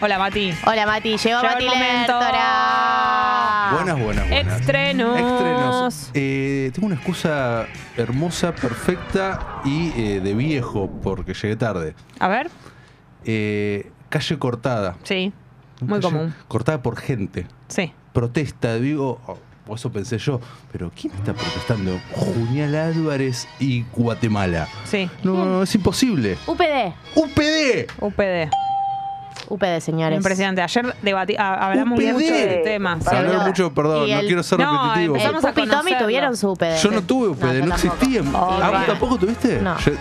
Hola, Mati. Hola Mati, Llegó llegó Mati el momento. Lertora. Buenas, buenas, buenas. Estrenos. Estrenos. Eh, tengo una excusa hermosa, perfecta y eh, de viejo, porque llegué tarde. A ver. Eh, calle cortada. Sí. Muy Calle común. Cortada por gente. Sí. Protesta, digo, oh, o eso pensé yo. Pero ¿quién está protestando? Junial Álvarez y Guatemala. Sí. No, no, es imposible. UPD. ¡UPD! UPD. UPD, señores. Impresionante. Ayer debati- a- hablamos UPD. mucho de temas. Sí, Hablé no. mucho, perdón, Y no el- quiero ser No, repetitivo. El empezamos Vamos a Eh, Pupi y Tommy conocerlo. tuvieron su UPD. Yo no tuve UPD, no, yo tampoco. Oh, existía. Ah, bueno. ¿vos tampoco tuviste? No. Yo-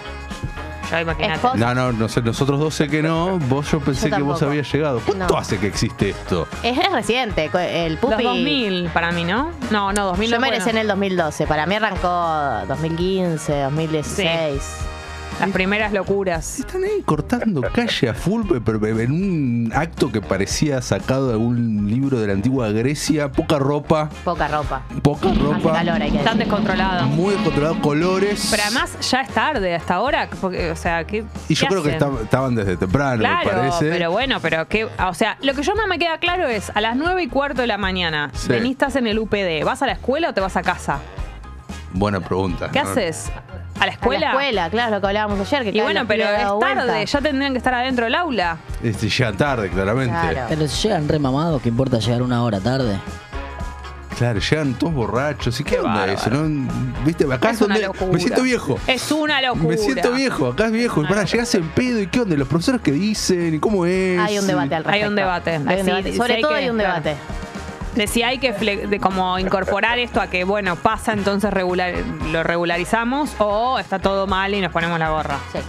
Ya imagínate. Esposa. No, no, no sé, nosotros dos sé que no, vos yo pensé Yo que vos tampoco. habías llegado. ¿Cuánto No. hace que existe esto? Es, es reciente, co- el Los Pupi. 2000 para mí, ¿no? No, no, 2000 Yo no me puedo. egresé en el 2012. Para mí arrancó 2015, 2016. Las primeras locuras. Están ahí cortando calle a full pe- pe- pe- en un acto que parecía sacado de algún libro de la antigua Grecia. Poca ropa, Poca ropa. poca Hace ropa, calor, hay que Están decir. descontroladas. muy descontrolado, colores. Pero además ya es tarde hasta ahora, porque, o sea, ¿qué y yo qué creo que hacen? esta- estaban desde temprano, me Claro, parece. pero bueno, pero que, o sea, lo que yo no me queda claro es, a las 9 y cuarto de la mañana, Sí. venís, estás en el UPD, ¿vas a la escuela o te vas a casa? Buena pregunta. ¿Qué ¿no? haces? ¿A la A la escuela? escuela, claro, lo que hablábamos ayer. Que Y bueno, pero es tarde, Ya... ya tendrían que estar adentro del aula. Este, llegan tarde, claramente. Claro. Claro. Pero si llegan remamados, ¿qué importa llegar una hora tarde? llegan todos borrachos. ¿Y qué, Qué onda bárbaro. eso? ¿No? ¿Viste? Acá es, es una donde locura. me siento viejo. Es una locura. Me siento viejo, acá es viejo. Y Una pará, locura. llegás en pedo y qué onda, ¿Y los profesores que dicen y cómo es. Hay un debate al Hay respecto. un debate. Hay un Así, debate. sí, Sobre hay todo que- hay un claro. debate. De si hay que fle- de como incorporar esto a que, bueno, pasa, entonces regular, lo regularizamos o está todo mal y nos ponemos la gorra. Sí.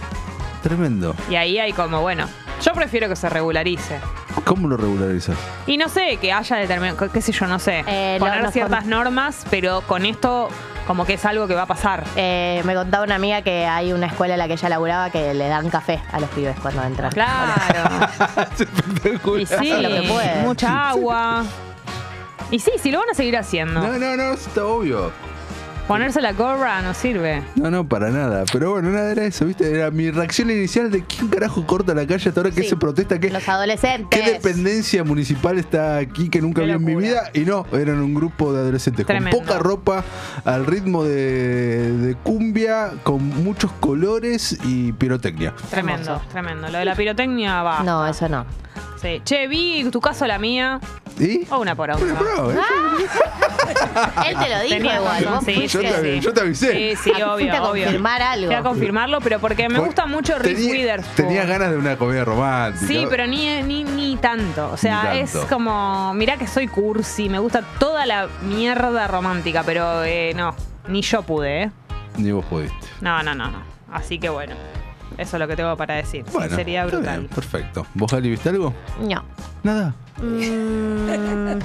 Tremendo. Y ahí hay como, bueno, yo prefiero que se regularice. ¿Cómo lo regularizas? Y no sé, que haya determinado, qué sé yo, no sé, Eh, lo- poner nos ciertas con- normas, pero con esto como que es algo que va a pasar. Eh, me contaba una amiga que hay una escuela en la que ella laburaba que le dan café a los pibes cuando entran. Claro. Es espectacular. y sí, Hacen lo que pueden. mucha agua. Y sí, sí, lo van a seguir haciendo. No, no, no, eso está obvio. Ponerse la gorra no sirve. No, no, para nada. Pero bueno, nada era eso, ¿viste? Era mi reacción inicial de quién carajo corta la calle hasta ahora que Sí. se protesta, que Los adolescentes. qué dependencia municipal está aquí que nunca Qué vi en mi locura. vida. Y no, eran un grupo de adolescentes Tremendo. con poca ropa, al ritmo de, de cumbia, con muchos colores y pirotecnia. Tremendo, Hermoso. tremendo. Lo de la pirotecnia va. No, eso no. Sí. Che, vi tu caso la mía. ¿Y? O Oh, una por otra. Bueno, pero, ¿eh? Él te lo dijo Tenía igual. razón, vos Ah, sí, fuiste- yo, te, avi- yo te avisé. Sí, sí, obvio, Ah, fuiste a obvio. confirmar algo. Fui a confirmarlo, pero porque me gusta mucho Reese Tenía- Witherspoon. Tenía ganas de una comedia romántica. Sí, pero ni, ni, ni tanto. O sea, Ni es tanto. como, mirá que soy cursi, me gusta toda la mierda romántica, pero eh, no, ni yo pude, ¿eh? Ni vos pudiste. No, no, no, no. Así que bueno, eso es lo que tengo para decir. Bueno, Sería está brutal. bien, perfecto. ¿Vos, Gali, viste algo? No. Nada. Mm,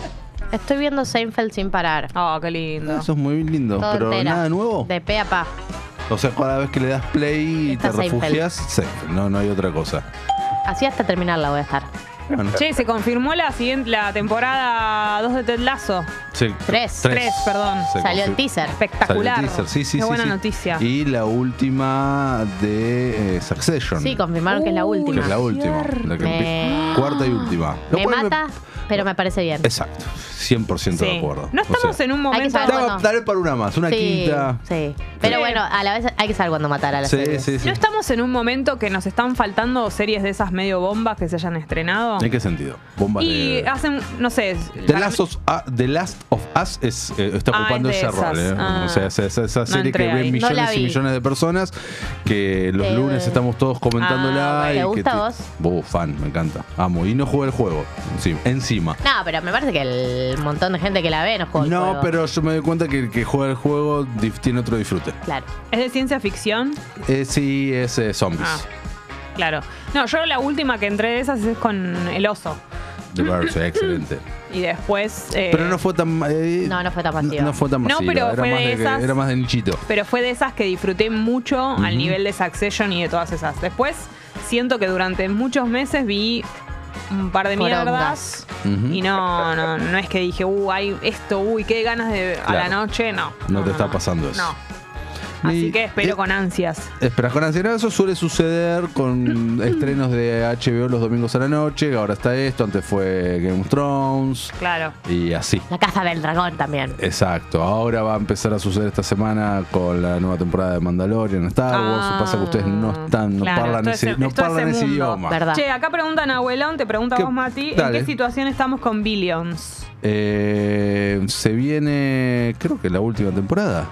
estoy viendo Seinfeld sin parar. Oh, qué lindo. Eso es muy lindo. Todo pero entera. nada nuevo. De pe a pa. O sea, cada vez que le das play y te Está Seinfeld. refugias, Seinfeld. no, no hay otra cosa. Así hasta terminarla voy a estar. Bueno, Che, se confirmó la siguiente, la temporada 2 de Ted Lasso. sí, Tres. Tres, perdón. Se Salió confir- el teaser. Espectacular. Salió el teaser, sí, sí, qué sí, buena sí. noticia. Y la última de eh, Succession. Sí, confirmaron que es la Uy, Uh, que última. es la última. la que Me- empie- Cuarta y última. Lo Me cual mata, pero me parece bien. Exacto. 100% Sí. de acuerdo. No O sea, estamos en un hay que momento. saber Daba- Bueno. Dale para una más, una sí, quinta. sí. Pero Sí. bueno, a la vez hay que saber cuándo matar a la Sí, serie. sí, sí. ¿No estamos en un momento que nos están faltando series de esas medio bombas que se hayan estrenado? ¿En qué sentido? Bombas Y de... hacen, no sé. The para- Last, of, ah, The Last of Us es, eh, está Ah, es ocupando de ese esas. rol. eh. Ah. O sea, esa, esa- esa No serie entré que ahí. ven No la millones y vi. millones de personas, que los Eh, lunes estamos todos comentándola. ah, y ¿te que gusta ti- vos? Vos, fan, me encanta. Amo. Y no juega el juego. Sí, encima. No, pero me parece que el montón de gente que la ve nos juega el No, juego. pero yo me doy cuenta que el que juega el juego dif- tiene otro disfrute. Claro. ¿Es de ciencia ficción? Eh, sí, es eh, Zombies. Ah, claro. No, yo la última que entré de esas es con el oso. The Birds, eh, excelente. Y después. eh, Pero no fue tan. eh, No, no fue tan masiva. No, no fue tan No, masiva. pero era, fue más de que- esas- era más de nichito. pero fue de esas que disfruté mucho al nivel de Succession y de todas esas. Después, siento que durante muchos meses vi un par de Porongas. mierdas. Ujú. Y no, no, no es que dije, uh, hay esto, uy, qué ganas de a la Claro. noche. No. No te está pasando eso. No. Así Y- que espero eh, con ansias. Esperas con ansiedad, eso suele suceder con estrenos de HBO los domingos a la noche, ahora está esto, antes fue Game of Thrones Claro. y así. La Casa del Dragón también. Exacto, ahora va a empezar a suceder esta semana con la nueva temporada de Mandalorian, Star Wars, Ah, pasa pasa que ustedes no están, no parlan ese, no parlan ese idioma. ¿verdad? Che, acá preguntan Abuelón, te pregunta ¿Qué? vos, Mati, Dale. ¿en qué situación estamos con Billions? Eh, se viene, creo que la última temporada.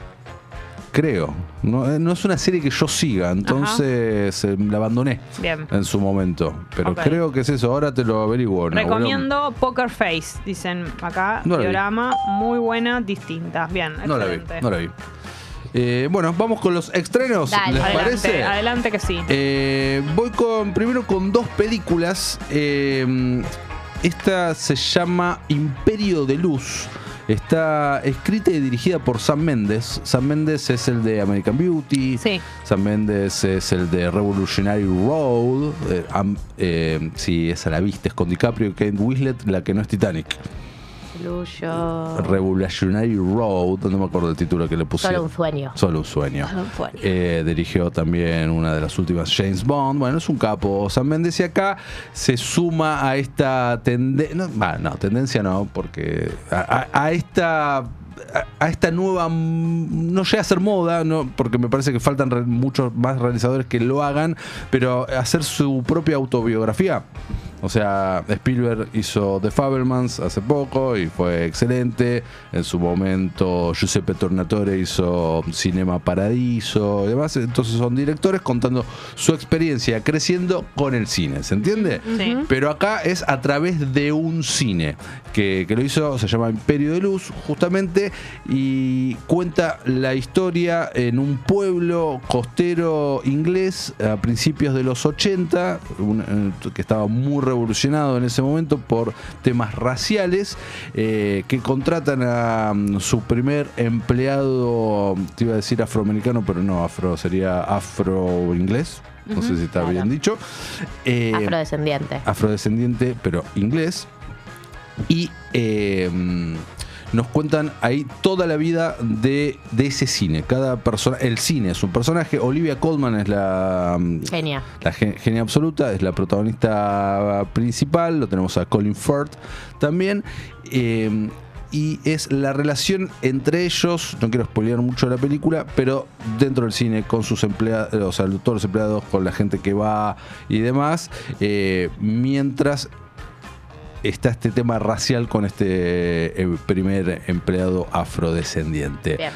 Creo. No, eh, no es una serie que yo siga, entonces eh, la abandoné Bien. en su momento. Pero Ok. creo que es eso, ahora te lo averiguo. Eh, Nahuelón. Recomiendo Poker Face, dicen acá, No la vi. diorama, muy buena, distinta. Bien, No la vi, excelente. no la vi. Eh, bueno, vamos con los estrenos, Dale. ¿les Adelante, parece? adelante que sí. Eh, voy con primero con dos películas. Eh, esta se llama Imperio de Luz. Está escrita y dirigida por Sam Méndez. Sam Méndez es el de American Beauty. Sí. Sam Méndez es el de Revolutionary Road. Eh, am- eh, sí, esa la viste. Es con DiCaprio y Kate Winslet, la que no es Titanic. Luyo. Revolutionary Road. No me acuerdo el título que le pusieron. Solo un sueño. Solo un sueño. Solo un sueño. Eh, dirigió también una de las últimas James Bond. Bueno, es un capo. San Méndez y acá se suma a esta tendencia. No, bah, no, tendencia no, porque a, a- a esta. a- A esta nueva. mm, No llega a ser moda, no, porque me parece que faltan re- muchos más realizadores que lo hagan, pero hacer su propia autobiografía. O sea, Spielberg hizo The Fabelmans hace poco y fue excelente. En su momento, Giuseppe Tornatore hizo Cinema Paradiso y demás. Entonces, son directores contando su experiencia creciendo con el cine. ¿Se entiende? Sí. Pero acá es a través de un cine que, que lo hizo, se llama Imperio de Luz, justamente, y cuenta la historia en un pueblo costero inglés a principios de los 80, un- eh, que estaba muy revolucionado en ese momento por temas raciales, eh, que contratan a mm, su primer empleado, te iba a decir afroamericano, pero no, afro, sería afro-inglés. No sé si está Ujú, bien claro. dicho. Eh, Afrodescendiente. afrodescendiente, pero inglés. Y eh, nos cuentan ahí toda la vida de, de ese cine. Cada persona, el cine es un personaje. Olivia Colman es la, mm, Genia. la gen- genia absoluta, es la protagonista principal, lo tenemos a Colin Firth también. eh, y es la relación entre ellos, no quiero spoilear mucho la película, pero dentro del cine, con sus empleados, o sea, todos los empleados, con la gente que va y demás, eh, mientras está este tema racial con este eh, primer empleado afrodescendiente. Bien.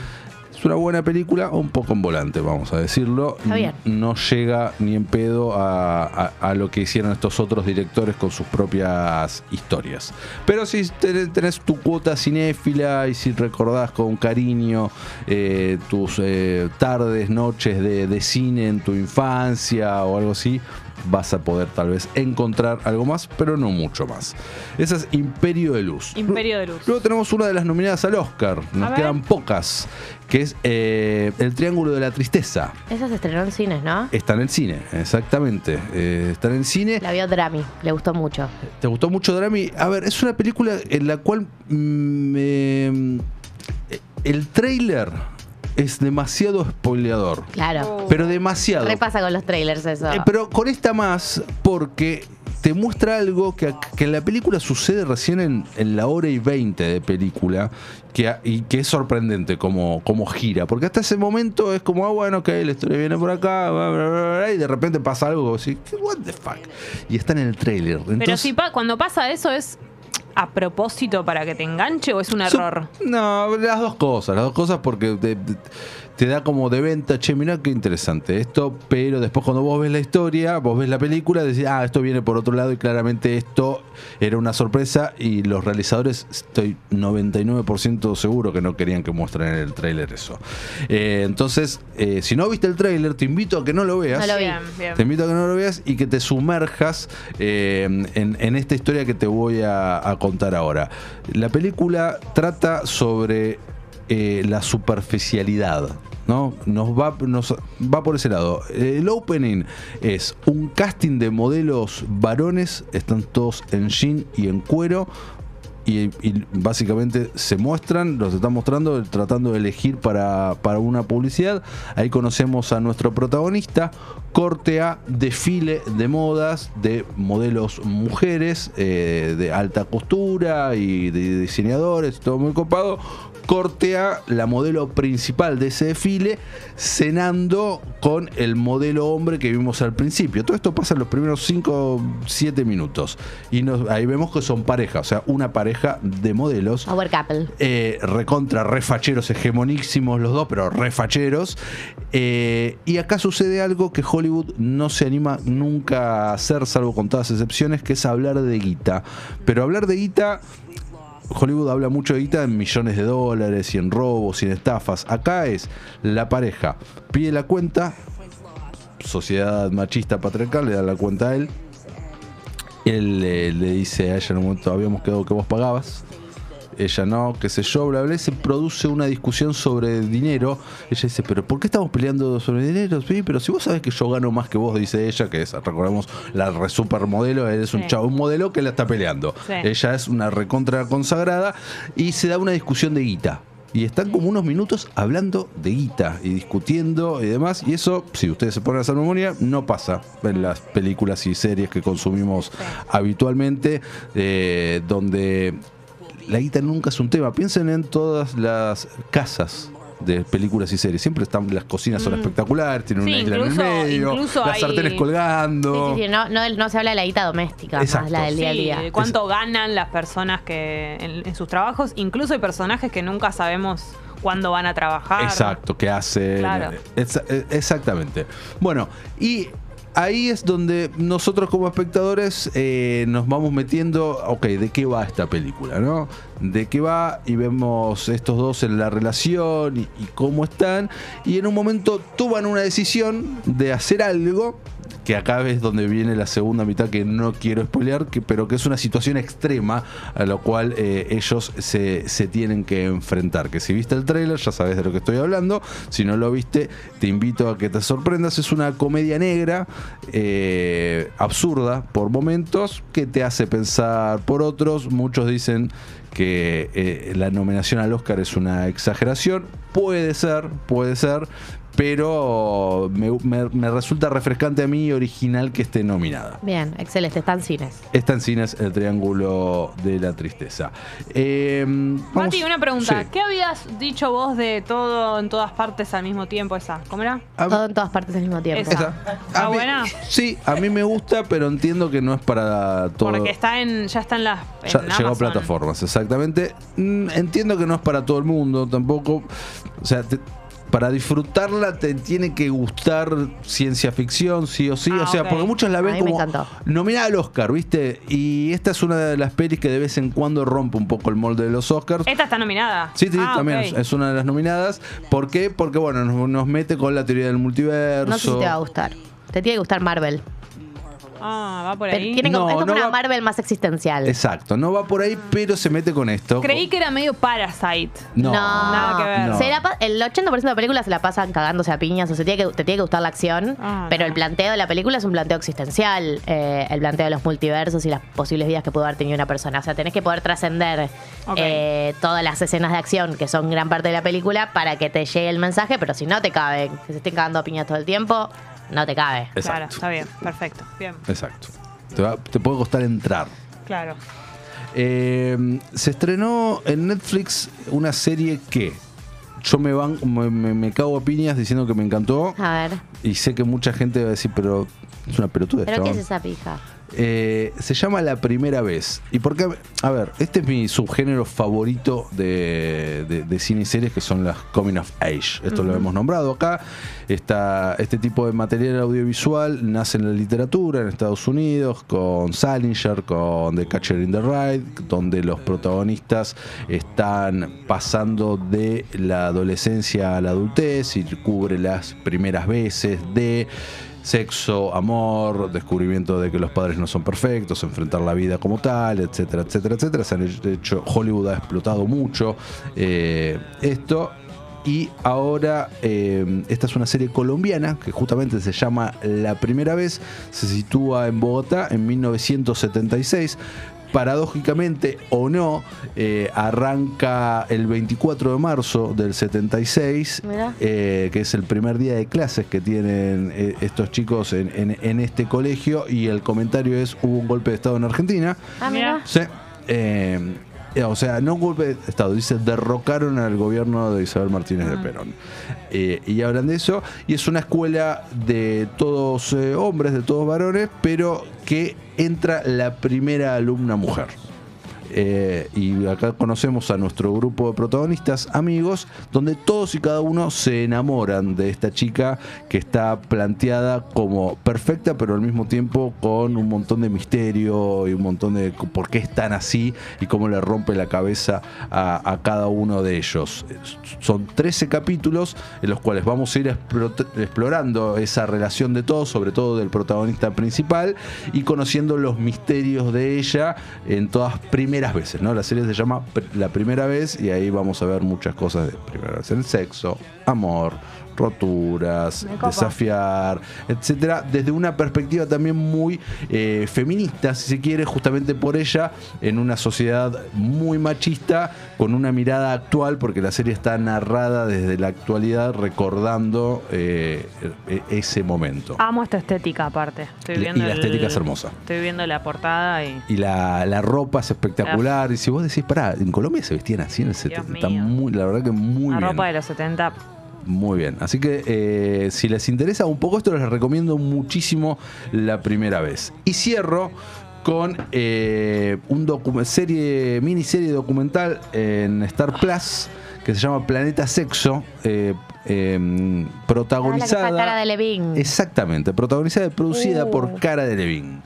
Es una buena película, un poco en volante, vamos a decirlo. Está bien. No llega ni en pedo a, a- a lo que hicieron estos otros directores con sus propias historias. Pero si tenés, tenés tu cuota cinéfila y si recordás con cariño eh, tus eh, tardes, noches de, de cine en tu infancia o algo así, vas a poder tal vez encontrar algo más, pero no mucho más. Esa es Imperio de Luz. Imperio de Luz. Luego tenemos una de las nominadas al Oscar, A nos ver. quedan pocas, que es eh, El Triángulo de la Tristeza. Esa se estrenó en cines, ¿no? Está en el cine, exactamente. Eh, está en el cine. La vio Drami. Le gustó mucho. ¿Te gustó mucho Drami? A ver, es una película en la cual mm, eh, el trailer es demasiado spoileador. Claro. Pero demasiado. Repasa con los trailers eso. Oh. Eh, pero con esta más, porque te muestra algo que, que en la película sucede recién en, en la hora y 20 de película, que, a- y que es sorprendente como, como gira. Porque hasta ese momento es como, ah, bueno, ok, la historia viene por acá, bla, bla, bla, bla, y de repente pasa algo así, ¿qué- what the fuck? Y está en el trailer. Pero Entonces- si pa- cuando pasa eso es a propósito para que te enganche o es un Sup- error. No, las dos cosas, las dos cosas porque te, te da como de venta, che, mirá qué interesante esto, pero después cuando vos ves la historia, vos ves la película, decís, ah, esto viene por otro lado y claramente esto era una sorpresa y los realizadores, estoy 99% seguro que no querían que muestren en el tráiler eso. Eh, entonces, eh, si no viste el tráiler, te invito a que no lo veas. No lo vi. Bien, bien. Te invito a que no lo veas y que te sumerjas eh, en, en esta historia que te voy a, a contar ahora. La película trata sobre eh, la superficialidad. ¿No? Nos va, nos va por ese lado. El opening es un casting de modelos varones, están todos en jean y en cuero, y, y básicamente se muestran, los están mostrando, tratando de elegir para, para una publicidad. Ahí conocemos a nuestro protagonista, corte a desfile de modas de modelos mujeres eh, de alta costura y de diseñadores, todo muy copado. Corte a la modelo principal de ese desfile cenando con el modelo hombre que vimos al principio. Todo esto pasa en los primeros 5 7 minutos. Y nos- ahí vemos que son pareja, o sea, una pareja de modelos Power couple. eh, recontra refacheros, hegemonísimos los dos, pero refacheros. Eh, y acá sucede algo que Hollywood no se anima nunca a hacer, salvo con todas excepciones, que es hablar de guita. Pero hablar de guita. Hollywood habla mucho de guita en millones de dólares y en robos y en estafas. Acá es la pareja pide la cuenta, sociedad machista patriarcal le da la cuenta a él. Él eh, le dice a ella en un momento, habíamos quedado que vos pagabas ella no, qué sé yo, bla, bla, y se produce una discusión sobre dinero. Ella dice, pero ¿por qué estamos peleando sobre dinero? Sí, pero si vos sabés que yo gano más que vos, dice ella, que es, recordemos, la re supermodelo, él es un Sí. chavo, un modelo que la está peleando. Sí. Ella Eh, es una recontra consagrada y se da una discusión de guita. Y están como unos minutos hablando de guita y discutiendo y demás. Y eso, si ustedes se ponen a hacer memoria, no pasa en las películas y series que consumimos habitualmente, eh, donde la guita nunca es un tema. Piensen en todas las casas de películas y series. Siempre están las cocinas son espectaculares, tienen Mm. Sí, una isla incluso- en el medio, incluso las hay- sartenes Sí, colgando. sí, sí, no, no, no se habla de la guita doméstica, Exacto. más la del día a Sí, día. de cuánto ganan las personas que en, en sus trabajos. Incluso hay personajes que nunca sabemos cuándo van a trabajar. Exacto, que hace. Claro. Exa- eh, exactamente. Bueno, y ahí es donde nosotros como espectadores eh, nos vamos metiendo, ok, ¿de qué va esta película? ¿No? ¿De qué va? Y vemos estos dos en la relación y, y cómo están. Y en un momento toman una decisión de hacer algo. Que acá es donde viene la segunda mitad que no quiero spoilear, que- pero que es una situación extrema a la cual eh, ellos se, se tienen que enfrentar. Que si viste el tráiler ya sabes de lo que estoy hablando. Si no lo viste, te invito a que te sorprendas. Es una comedia negra, eh, absurda por momentos, que te hace pensar por otros. Muchos dicen que eh, la nominación al Oscar es una exageración. Puede ser, puede ser. Pero me, me- me resulta refrescante a mí y original que esté nominada. Bien, excelente, están cines. Está en cines el Triángulo de la Tristeza. Eh, vamos- Mati, una pregunta. Sí. ¿Qué habías dicho vos de todo en todas partes al mismo tiempo esa? ¿Cómo era? A- Todo en todas partes al mismo tiempo. Esa. ¿Está a mí- buena? Sí, a mí me gusta, pero entiendo que no es para todo. Porque está en, ya está en las. en Ya llegó a Amazon. plataformas, exactamente. Mm, Entiendo que no es para todo el mundo tampoco. O sea, te- para disfrutarla te tiene que gustar ciencia ficción, sí o sí. Ah, o sea, ok. porque muchos la ven A mí me como encantó. nominada al Oscar, ¿viste? Y esta es una de las pelis que de vez en cuando rompe un poco el molde de los Oscars. Esta está nominada. Sí, sí, Eh, Ah, también ok. es- es una de las nominadas. ¿Por qué? Porque, bueno, nos, nos mete con la teoría del multiverso. No sé si te va a gustar. Te tiene que gustar Marvel. Ah, va por Pero ahí. tiene como- No, es como no una va- Marvel más existencial. Exacto, no va por ahí, pero se mete con esto. Creí que era medio Parasite. No. Nada que ver. No. Se la pa- el 80% de películas se la pasan cagándose a piñas, o sea, tiene que, te tiene que gustar la acción, Ah, pero no. el planteo de la película es un planteo existencial, eh, el planteo de los multiversos y las posibles vidas que pudo haber tenido una persona. O sea, tenés que poder trascender Ok. eh, todas las escenas de acción, que son gran parte de la película, para que te llegue el mensaje, pero si no te cabe, que se estén cagando a piñas todo el tiempo, no te cabe. Claro, Exacto. está bien. Perfecto. Bien. Exacto. Te, va- te puede costar entrar. Claro. Eh, se estrenó en Netflix una serie que yo me, van, me, me- me cago a piñas diciendo que me encantó. A ver, Y sé que mucha gente va a decir, pero es una pelotuda. ¿pero qué chabón. es esa pija? Eh, se llama La Primera Vez. ¿Y por qué? A ver, este es mi subgénero favorito de, de- de cine y series, que son las Coming of Age. Esto lo hemos nombrado acá. Está, este tipo de material audiovisual nace en la literatura en Estados Unidos, con Salinger, con The Catcher in the Rye, donde los protagonistas están pasando de la adolescencia a la adultez y cubre las primeras veces de sexo, amor, descubrimiento de que los padres no son perfectos, enfrentar la vida como tal, etcétera, etcétera, etcétera. Se han hecho, Hollywood ha explotado mucho eh, esto. Y ahora eh, esta es una serie colombiana que justamente se llama La Primera Vez, se sitúa en Bogotá en 1976. paradójicamente o no, eh, arranca el 24 de marzo del 76, Mirá. eh, que es el primer día de clases que tienen eh, estos chicos en, en- en este colegio, y el comentario es, hubo un golpe de Estado en Argentina. Ah, mira. Sí. Eh, eh, o sea, no un golpe de Estado, dice derrocaron al gobierno de Isabel Martínez de Perón. Eh, y hablan de eso. Y es una escuela de todos eh, hombres, de todos varones, pero que entra la primera alumna mujer. Eh, y acá conocemos a nuestro grupo de protagonistas, amigos, donde todos y cada uno se enamoran de esta chica que está planteada como perfecta, pero al mismo tiempo con un montón de misterio y un montón de c- por qué es tan así y cómo le rompe la cabeza a, a cada uno de ellos. S- Son 13 capítulos en los cuales vamos a ir explot- explorando esa relación de todos, sobre todo del protagonista principal, y conociendo los misterios de ella en todas primeras veces, ¿no? La serie se llama Pr- La Primera Vez y ahí vamos a ver muchas cosas de primera vez. El sexo, amor, roturas, Me copa. desafiar, etcétera, desde una perspectiva también muy eh, feminista, si se quiere, justamente por ella, en una sociedad muy machista, con una mirada actual, porque la serie está narrada desde la actualidad, recordando eh, e- ese momento. Amo esta estética aparte. Estoy Y- y viendo la el- estética es hermosa. Estoy viendo la portada y... Y la, la ropa es espectacular. Y si vos decís, pará, en Colombia se vestían así en el 70. Está mío. muy, la verdad que muy la bien. ropa de los 70 Muy bien. Así que eh, si les interesa un poco esto, les recomiendo muchísimo la primera vez. Y cierro con eh, un docu- serie, miniserie documental en Star Plus que se llama Planeta Sexo, eh, Ah, la em, que está protagonizada. cara de Levin. Es, Exactamente, protagonizada y producida Uh. por Cara Delevingne.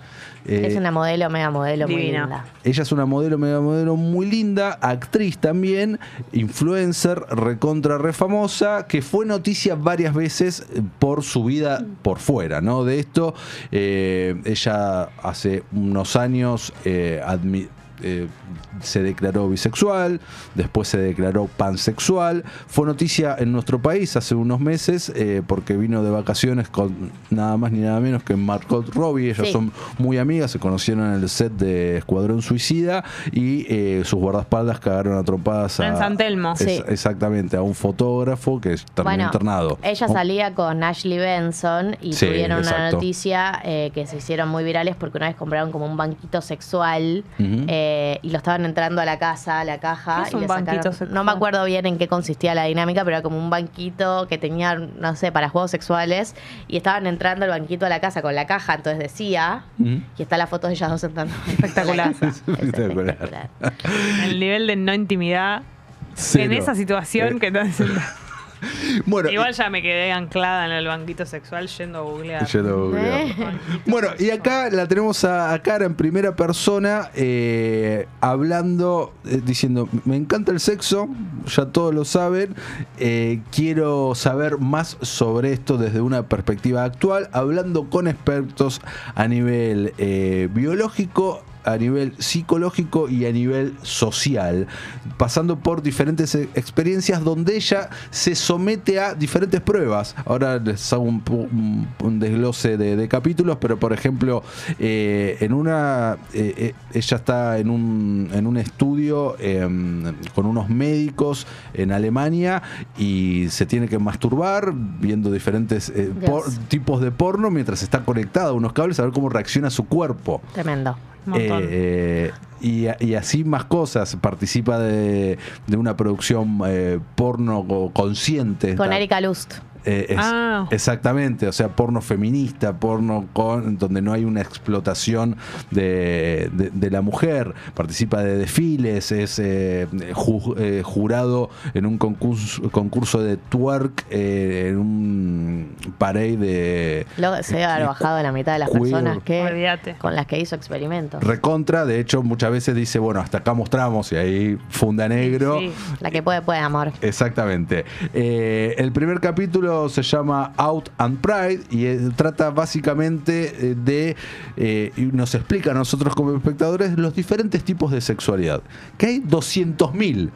Eh, una modelo, mega modelo, Divina. muy linda. ella es una modelo, mega modelo muy linda, actriz también, influencer, recontra re famosa, que fue noticia varias veces eh, por su vida por fuera, ¿no? De esto, eh, ella hace unos años eh, admi- eh, se declaró bisexual, después se declaró pansexual. Fue noticia en nuestro país hace unos meses eh, porque vino de vacaciones con nada más ni nada menos que Margot Robbie. Ellas Sí. son muy amigas, se conocieron en el set de Escuadrón Suicida y eh, sus guardaespaldas cagaron a trompadas a, En San Telmo. Es- Sí. Exactamente, a un fotógrafo que terminó internado. Ella Un- salía con Ashley Benson y Sí, tuvieron una exacto. noticia eh, que se hicieron muy virales porque una vez compraron como un banquito sexual Ujú. eh, y lo estaban entrando a la casa, a la caja. ¿Qué es y un le banquito sexual? No me acuerdo bien en qué consistía la dinámica, pero era como un banquito que tenía, no sé, para juegos sexuales y estaban entrando el banquito a la casa con la caja, entonces decía. Ujú. Y está la foto de ellas dos sentando. Espectacular. Es Espectacular. espectacular. el nivel de no intimidad en Cero. esa situación Eh, que estás Bueno, Igual ya me quedé anclada en el banquito sexual yendo a googlear. Yo lo voy Eh. a- Bueno, y acá la tenemos a, a Cara en primera persona eh, hablando, eh, diciendo, me encanta el sexo, ya todos lo saben, eh, quiero saber más sobre esto desde una perspectiva actual, hablando con expertos a nivel eh, biológico, a nivel psicológico y a nivel social, pasando por diferentes e- experiencias donde ella se somete a diferentes pruebas. Ahora les hago un, pu- un- un desglose de, de capítulos, pero por ejemplo, eh, en una, eh, eh, ella está en un, en un estudio em, con unos médicos en Alemania y se tiene que masturbar viendo diferentes eh, Dios. por- tipos de porno mientras está conectada a unos cables a ver cómo reacciona su cuerpo. Tremendo. Un montón. Eh, y, y así más cosas. Participa de, de una producción eh, porno co- consciente. Con Ta- Erika Lust. eh, es- Ah. Exactamente, o sea, porno feminista, porno con donde no hay una explotación de, de- de la mujer. Participa de desfiles, es eh, ju- eh, jurado en un concurso, concurso de twerk, eh, en un parade de, Luego se debe haber bajado la mitad de las Queer. personas que, Olvídate. con las que hizo experimentos. recontra. De hecho, muchas veces dice, bueno, hasta acá mostramos y ahí funda negro. Sí, La que puede, puede, amor. Exactamente. Eh, el primer capítulo se llama Out and Pride y eh, trata básicamente eh, de, eh, y nos explica a nosotros como espectadores los diferentes tipos de sexualidad, que hay 200.000.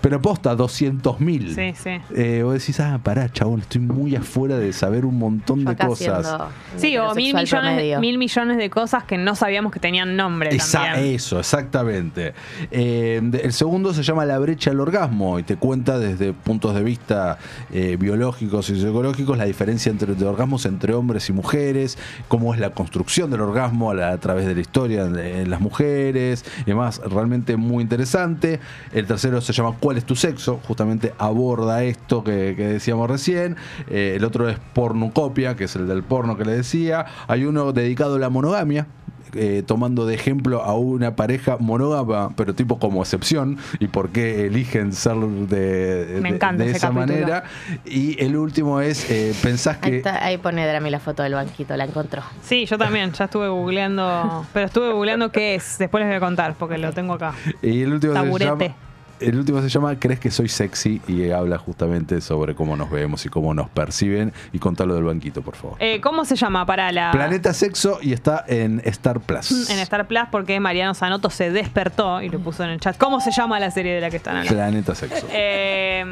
Pero posta, 200 mil. Sí, sí. vos decís, ah, pará, chabón, estoy muy afuera de saber un montón Yo de acá cosas. siendo Sí, o mil heterosexual millones, promedio. mil millones de cosas que no sabíamos que tenían nombre Esa- también. eso, exactamente. Eh, de- el segundo se llama La brecha al orgasmo y te cuenta desde puntos de vista eh, biológicos y psicológicos la diferencia entre de orgasmos entre hombres y mujeres, cómo es la construcción del orgasmo a, la- a través de la historia de, en las mujeres y demás. Realmente muy interesante. El tercero se llama ¿Cuál es tu sexo? Justamente aborda esto que, que decíamos recién. Eh, el otro es Pornucopia, que es el del porno que le decía. Hay uno dedicado a la monogamia eh, tomando de ejemplo a una pareja monógama, pero tipo como excepción, y por qué eligen ser de, Me de- encanta de ese esa capítulo. manera. Y el último es, eh, pensás Ahí, que... está- ahí pone Drami la foto del banquito, la encontró. Sí, yo también, ya estuve googleando, pero estuve googleando qué es, después les voy a contar porque lo tengo acá. Y el último se Taburete. llama... El último se llama ¿Crees que soy sexy? Y habla justamente sobre cómo nos vemos y cómo nos perciben. Y contalo del banquito, por favor. Eh, ¿Cómo se llama para la... Planeta Sexo y está en Star Plus. En Star Plus porque Mariano Sanoto se despertó y lo puso en el chat. ¿Cómo se llama la serie de la que están hablando? Planeta Sexo. Eh,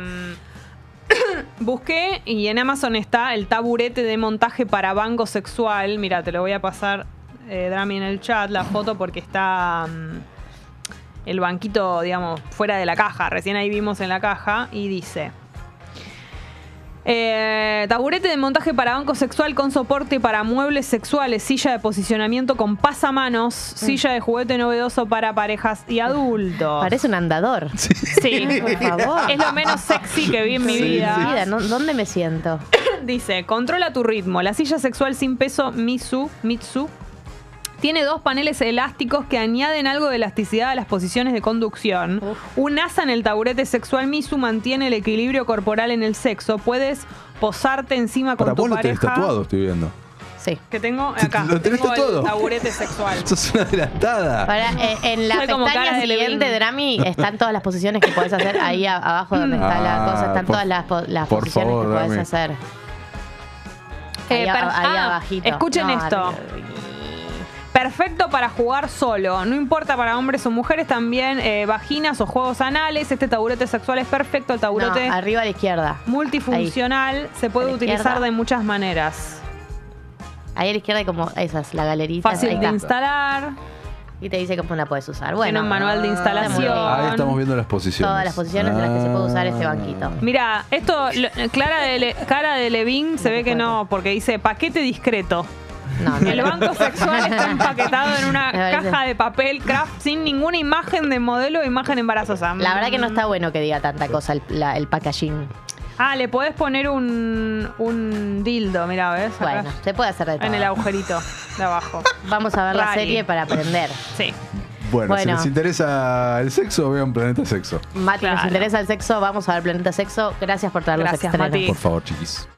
busqué y en Amazon está el taburete de montaje para banco sexual. Mira, te lo voy a pasar, eh, Drami, en el chat la foto porque está mm, el banquito, digamos, fuera de la caja. Recién ahí vimos en la caja y dice... Eh, taburete de montaje para banco sexual con soporte para muebles sexuales, silla de posicionamiento con pasamanos, silla de juguete novedoso para parejas y adultos. Parece un andador. Oh. Sí, Por favor. Es lo menos sexy que vi en mi Sí, vida. sí. Vida, ¿no? ¿Dónde me siento? Dice, controla tu ritmo. La silla sexual sin peso Mitsu, Mitsu tiene dos paneles elásticos que añaden algo de elasticidad a las posiciones de conducción. Uf. Un asa en el taburete sexual Mitsu mantiene el equilibrio corporal en el sexo. Puedes posarte encima con Para tu vos lo tenés pareja. tatuado, estoy viendo. Sí. Que tengo acá. Lo tenés tengo tatuado. el taburete sexual. Sos una adelantada. Ahora, eh, en la Soy como cara pestaña de Levin. siguiente, Drami, están todas las posiciones que podés hacer ahí a- abajo donde está Ah, la cosa. Están por- todas las, po- las por posiciones favor, que podés Drami. hacer. Eh, Ahí, a- per- ahí ah, abajito. escuchen No, esto. ar- Perfecto para jugar solo, no importa para hombres o mujeres, también eh, vaginas o juegos anales. Este taburete sexual es perfecto, el taburete no, arriba a la izquierda. multifuncional se A puede la utilizar izquierda. de muchas maneras. Ahí a la izquierda hay como esas, la galerita. ahí Fácil de está. instalar, Y te dice cómo la puedes usar. Bueno, tiene ah, un manual de instalación. Ahí estamos viendo las posiciones. Ah. Todas las posiciones en las que se puede usar ese banquito. Mira, esto, lo- Clara de Le- cara de Levin se ve que no, porque dice paquete discreto. No, no. El banco sexual está empaquetado en una Me parece- caja de papel craft sin ninguna imagen de modelo o imagen embarazosa. La verdad que no está bueno que diga tanta cosa el, la- el packaging. Ah, le podés poner un, un dildo, mira, ¿ves? Acá. Bueno, se puede hacer de todo. En el agujerito de abajo. Vamos a ver la Rari. serie para aprender. Sí. Bueno, si Bueno. les interesa el sexo, vean Planeta Sexo. Mati, Claro. nos interesa el sexo, vamos a ver Planeta Sexo. Gracias por traer los Gracias, estrenos. Mati. Por favor, chiquis.